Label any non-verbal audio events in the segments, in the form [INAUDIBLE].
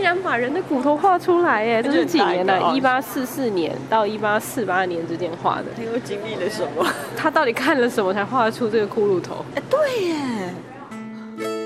然把人的骨头画出来耶！这是几年哎这很大啊呢？一一个八四四年到一八四八年之间画的。你又经历了什么？他到底看了什么才画出这个骷髅头？哎，对耶。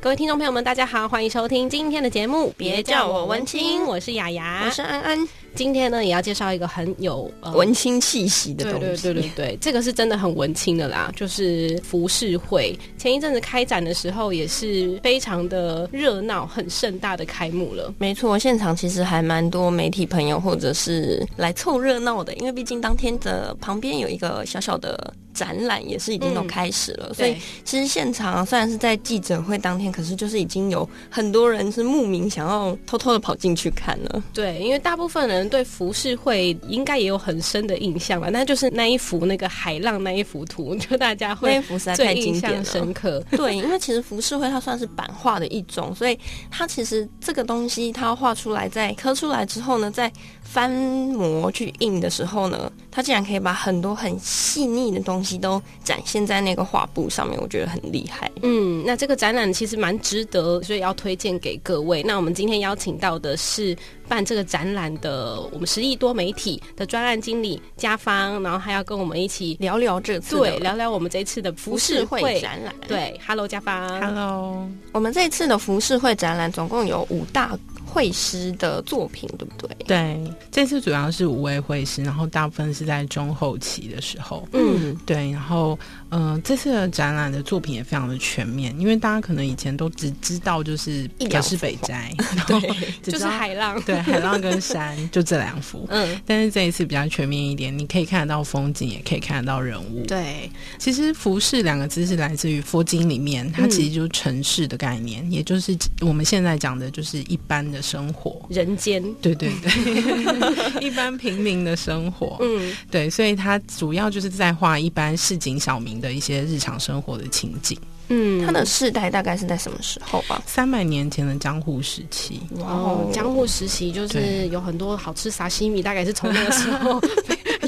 各位听众朋友们，大家好，欢迎收听今天的节目，别叫我文嗯青，我是雅雅，我是安安，今天呢，也要介绍一个很有、呃、文青气息的对东西。对对对对，这个是真的很文青的啦，就是服饰会。前一阵子开展的时候也是非常的热闹，很盛大的开幕了。没错，现场其实还蛮多媒体朋友或者是来凑热闹的，因为毕竟当天的旁边有一个小小的展览，也是已经都嗯开始了，所对以其实现场虽然是在记者会当天，可是就是已经有很多人是慕名想要偷偷的跑进去看了。对，因为大部分人对服饰会应该也有很深的印象了，那就是那一幅那个海浪那一幅图，就大家那一会幅实在最太经印典象了，深刻。 [LAUGHS] 对，因为其实浮世绘它算是版画的一种，所以它其实这个东西它画出来，在刻出来之后呢，在翻模去印的时候呢，它竟然可以把很多很细腻的东西都展现在那个画布上面，我觉得很厉害。嗯，那这个展览其实蛮值得，所以要推荐给各位。那我们今天邀请到的是办这个展览的我们十亿多媒体的专案经理家芳，然后还要跟我们一起聊聊这次对的聊聊我们这次的服浮饰世会绘。展览，对，Hello，家芳。 Hello，我们这次的浮世绘展览总共有五大绘师的作品，对不对？对，这次主要是五位会师，然后大部分是在中后期的时候。嗯，对，然后呃，这次的展览的作品也非常的全面，因为大家可能以前都只知道就是一葛两饰幅北斋，然后 [LAUGHS] 就只知是道海浪。对海浪跟山就这两幅，嗯，但是这一次比较全面一点，你可以看得到风景，也可以看得到人物。对，其实“服饰”两个字是来自于佛经里面，它嗯其实就是城市的概念，也就是我们现在讲的就是一般的生活。人间。对对 [LAUGHS] 对， [LAUGHS] 一般平民的生活，嗯，对，所以他主要就是在画一般市井小民的一些日常生活的情景。嗯，它的世代大概是在什么时候啊？三百年前的江户时期，哇哦，江户时期就是对有很多好吃沙西米，大概是从那个时 [LAUGHS] 候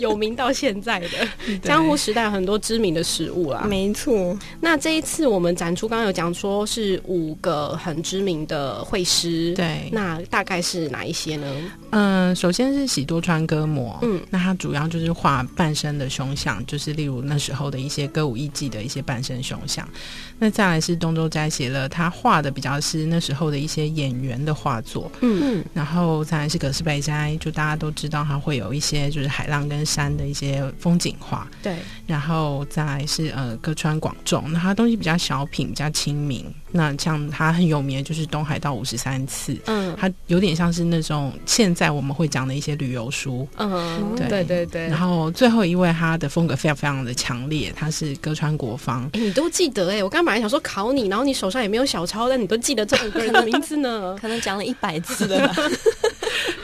有名到现在的江户时代有很多知名的食物啦。没错，。那这一次我们展出，刚刚有讲说是五个很知名的会师，，对，那大概是哪一些呢？嗯、首先是喜多川歌模，嗯，那他主要就是画半身的胸像，就是例如那时候的一些歌舞艺伎的一些半身胸像。那再来是东周斋写了，他画的比较是那时候的一些演员的画作，嗯然后再来是葛饰北斋，就大家都知道它会有一些就是海浪跟山的一些风景画，对，然后再来是呃歌川广重，那它东西比较小品，比较亲民。那像它很有名的就是东海道五十三次，嗯它有点像是那种现在我们会讲的一些旅游书。嗯，对对对对然。后最后一位，他的风格非常非常的强烈，他是歌川国芳。诶你都记得哎、我刚本来想说考你，然后你手上也没有小抄，但你都记得这五个人的名字呢 [LAUGHS] 可能讲了一百次 [LAUGHS] 了吧。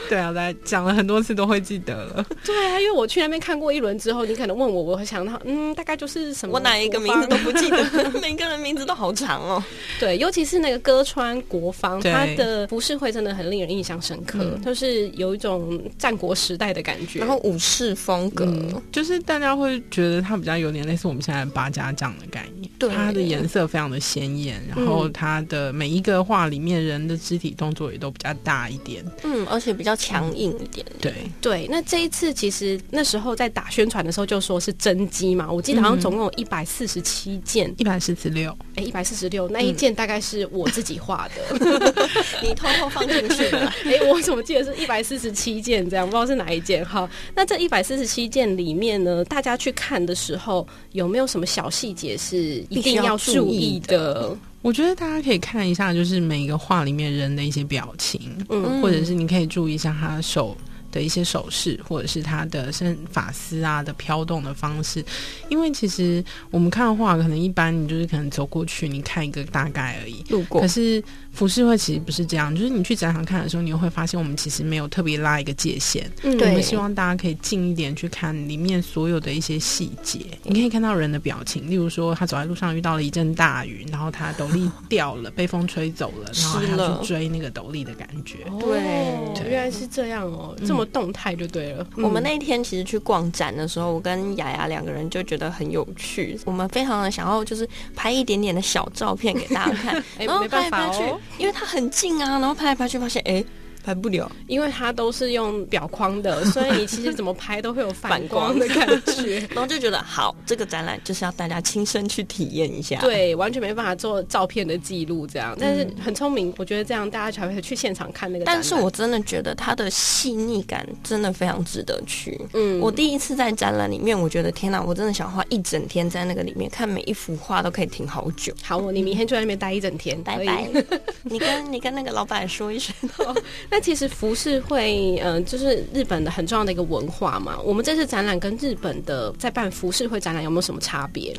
对啊，来讲了很多次都会记得了。对啊，因为我去那边看过一轮之后，你可能问我，我会想到，嗯，大概就是什么？我哪一个名字都不记得， [LAUGHS] 每个人名字都好长哦。对，尤其是那个歌川国芳，对他的服饰会真的很令人印象深刻，就是有一种战国时代的感觉。然后武士风格，嗯，就是大家会觉得它比较有点类似我们现在的八家将的概念。对它的颜色非常的鲜艳，然后它的每一个画里面人的肢体动作也都比较大一点。嗯，而且比较强硬一点。对，对，那这一次其实那时候在打宣传的时候就说是真机嘛，我记得好嗯像总共有一百四十七件，一百四十六。哎、一百四十六，那嗯一件大概是我自己画 [LAUGHS] 的， [LAUGHS] 你偷偷放进去 [LAUGHS] 的啦，哎、我怎么记得是一百四十七件这样，不知道是哪一件。好，那这一百四十七件里面呢，大家去看的时候有没有什么小细节是一必须定要要注注意意的？我觉得大家可以看一下，就是每一个画里面人的一些表情，嗯或者是你可以注意一下他手的一些手势，或者是他的身发丝啊的飘动的方式。因为其实我们看画，可能一般你就是可能走过去，你看一个大概而已。路可是服饰会其实不是这样，就是你去展场看的时候，你会发现我们其实没有特别拉一个界限。嗯对我们希望大家可以近一点去看里面所有的一些细节，嗯你可以看到人的表情，例如说他走在路上遇到了一阵大雨，然后他斗笠掉 [LAUGHS] 了，被风吹走了，然后湿他了去追那个斗笠的感觉。哦对原来是这样哦，这么嗯多动态就对了。我们那一天其实去逛展的时候，我跟雅雅两个人就觉得很有趣，我们非常的想要就是拍一点点的小照片给大家 [LAUGHS] 看，哎然后没拍办来法拍去哦，因为它很近啊，然后拍来拍去发现哎、拍不了，因为它都是用表框的， [LAUGHS] 所以你其实怎么拍都会有反反光光的感 [LAUGHS] 觉。然后就觉得好，这个展览就是要大家亲身去体验一下。对，完全没办法做照片的记录，这嗯样，但是很聪明，我觉得这样大家才会去现场看那个展览。但是我真的觉得它的细腻感真的非常值得去。嗯我第一次在展览里面，我觉得天哪，我真的想花一整天在那个里面看每一幅画，都可以停好久。好，我你明天就在那边待一整天，嗯拜可以拜。，你跟你跟那个老板说一声。那其实服饰会，嗯、就是日本的很重要的一个文化嘛。我们这次展览跟日本的在办服饰会展览有没有什么差别？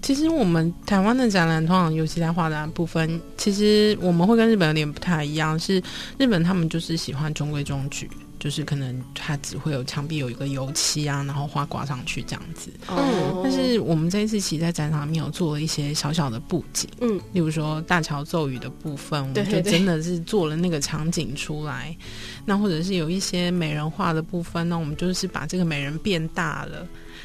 其实我们台湾的展览，通常尤其在画展部分，其实我们会跟日本有点不太一样，是日本他们就是喜欢中规中矩。就是可能它只会有墙壁有一个油漆啊，然后画挂上去这样子。嗯哦但是我们这一次其实在展场里面有做了一些小小的布景，嗯，例如说大桥咒语的部分，我对们对就对真的是做了那个场景出来。那或者是有一些美人画的部分，那我们就是把这个美人变大了。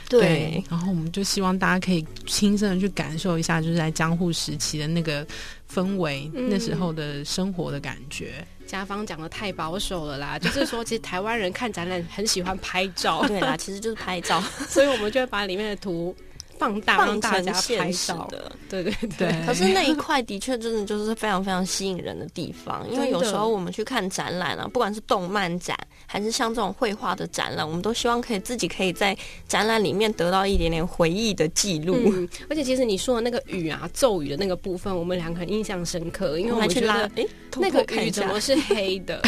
对，然后我们就希望大家可以亲身的去感受一下，就是在江户时期的那个氛围，嗯那时候的生活的感觉。家方讲的太保守了啦，就是说，其实台湾人看展览很喜欢拍照，对啦，其实就是拍照，所以我们就会把里面的图放 [LAUGHS] 大，让放大成家拍现实照。的。对对对， [LAUGHS] 对，可是那一块的确真的就是非常非常吸引人的地方，因为有时候我们去看展览啊，不管是动漫展还是像这种绘画的展览，我们都希望可以自己可以在展览里面得到一点点回忆的记录。嗯，而且其实你说的那个雨啊，咒语的那个部分，我们两个很印象深刻，因为我我们还们去觉拉得，哎，偷那偷个看雨一下怎么是黑 [LAUGHS] 的？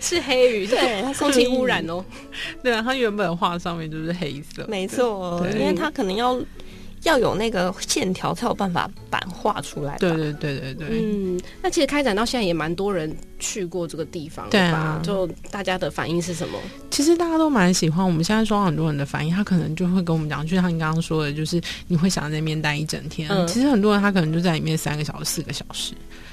是黑雨，是 [LAUGHS] 对它是空气黑雨污染哦。对啊，它原本画上面就是黑色，没错，对因为它可能要要有那个线条才有办法版画出来吧。对对对对对。嗯，那其实开展到现在也蛮多人去过这个地方了对吧啊？就大家的反应是什么？其实大家都蛮喜欢，我们现在收到很多人的反应，他可能就会跟我们讲，就像你刚刚说的，就是你会想在那边待一整天。嗯其实很多人他可能就在里面三个小时、四个小时，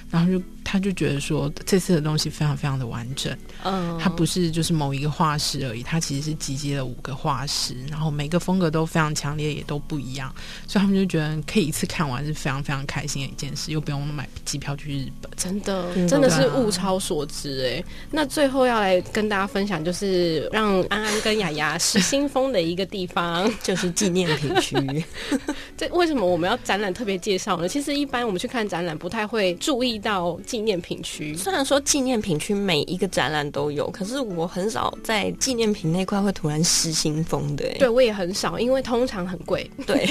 然后就他就觉得说这次的东西非常非常的完整，嗯，它不是就是某一个画室而已，它其实是集结了五个画室，然后每个风格都非常强烈，也都不一样，所以他们就觉得可以一次看完是非常非常开心的一件事，又不用买机票去日本。真的，嗯真的是对啊物超所值哎、那最后要来跟大家分享，就是让安安跟雅雅失心疯的一个地方。就是纪念品 [LAUGHS] 区，这为什么我们要展览特别介绍呢？其实一般我们去看展览不太会注意到纪念品区。虽然说纪念品区每一个展览都有，可是我很少在纪念品那块会突然失心疯的、欸。对，我也很少，因为通常很贵。对，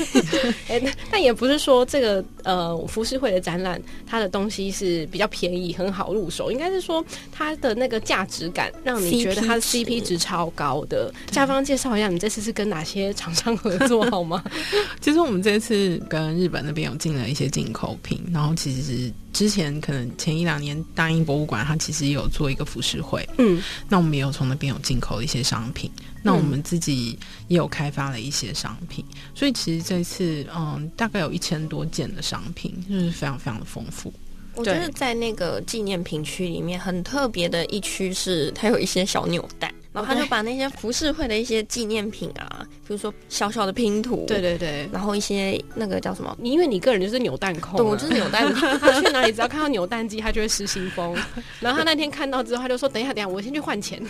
哎、但但也不是说这个呃服饰会的展览，它的东西是比较便宜，很好入手。应该是说它的那个价值感，让你 CP 觉得它的值 CP 值超高的。下方介绍一下，你这次是跟哪些厂商合作好吗？嗯其实我们这次跟日本那边有进了一些进口品，然后其实之前可能前一两年大英博物馆它其实也有做一个服饰会，嗯，那我们也有从那边有进口一些商品，那我们自己也有开发了一些商品，所以其实这次嗯大概有一千多件的商品，就是非常非常的丰富。 [LAUGHS] 我觉得在那个纪念品区里面很特别的一区是，它有一些小扭蛋，然后他就把那些浮世绘的一些纪念品啊，比如说小小的拼图，对，对对。然后一些那个叫什么，你因为你个人就是扭蛋控、啊，对我就是扭蛋 [LAUGHS] 他去哪里只要看到扭蛋机，他就会失心疯。然后他那天看到之后，他就说：“等一下，等一下，我先去换钱。”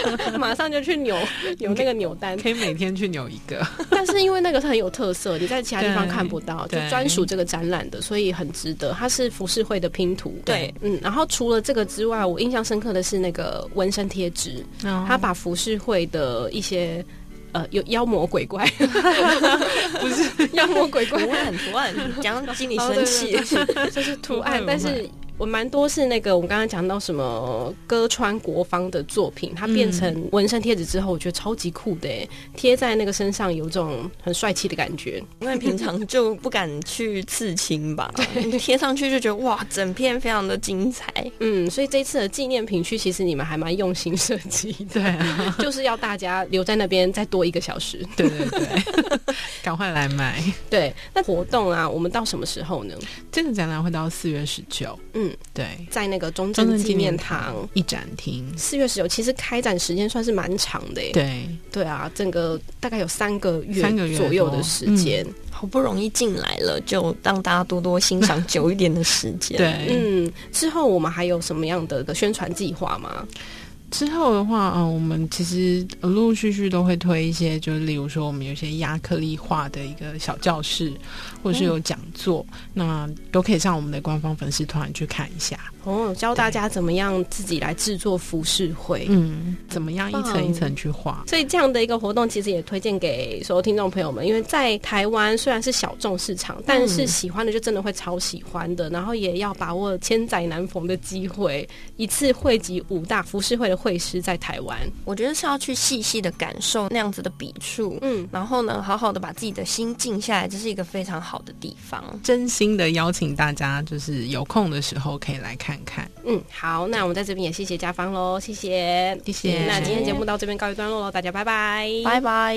[LAUGHS] 马上就去扭扭那个扭蛋。 [LAUGHS] 可以每天去扭一 [LAUGHS] 个，但是因为那个它很有特色，你在其他地方对看不到，就对专属这个展览的，所以很值得。它是浮世绘的拼图，对，嗯。然后除了这个之外，我印象深刻的是那个纹身贴纸，它它把浮世绘的一些。呃，有妖魔鬼 [LAUGHS] 怪，不是妖魔鬼怪图 [LAUGHS] 案图案，讲到经理哦生对气，就是 [LAUGHS] 图不会案，嗯不但 [LAUGHS] 会是我蛮多是那个我们刚刚讲到什么呃歌川国芳的作品，它变成纹身贴纸之后，我觉得超级酷的耶，贴在那个身上有种很帅气的感觉。因为平常就不敢去刺青 [LAUGHS] 吧，贴上去就觉得哇，整片非常的精彩。嗯，所以这次的纪念品区其实你们还蛮用心设计 [LAUGHS] 的，对啊，就是要大家留在那边再多一个小时。对对对，赶快来买！对，那活动啊，我们到什么时候呢？这个展览会到四月十九，嗯嗯，对，在那个中中正正纪纪念念堂堂。一展厅，四月十九，其实开展时间算是蛮长的耶。对，对啊，整个大概有三个月三个月左右多的时间。好不容易进来了，就让大家多多欣赏久一点的时间。，对。嗯，之后我们还有什么样的一个宣传计划吗？之后的话，嗯、我们其实呃陆陆续续都会推一些，就是例如说我们有一些亚克力画的一个小教室，或是有讲座，那都可以上我们的官方粉丝团去看一下。哦，教大家怎么样自己来制作服饰会。嗯，怎么样一棒层一层去画？所以这样的一个活动，其实也推荐给所有听众朋友们，因为在台湾虽然是小众市场，但是喜欢的就真的会超喜欢的，然后也要把握千载难逢的机会，一次汇集五大服饰会的会师在台湾。我觉得是要去细细的感受那样子的笔触，嗯，然后呢，好好的把自己的心静下来，这是一个非常好的地方。真心的邀请大家，就是有空的时候可以来看看。嗯，好，那我们在这边也谢谢家芳喽，谢谢，谢谢那今天节目到这边告一段落喽，大家拜拜，拜拜，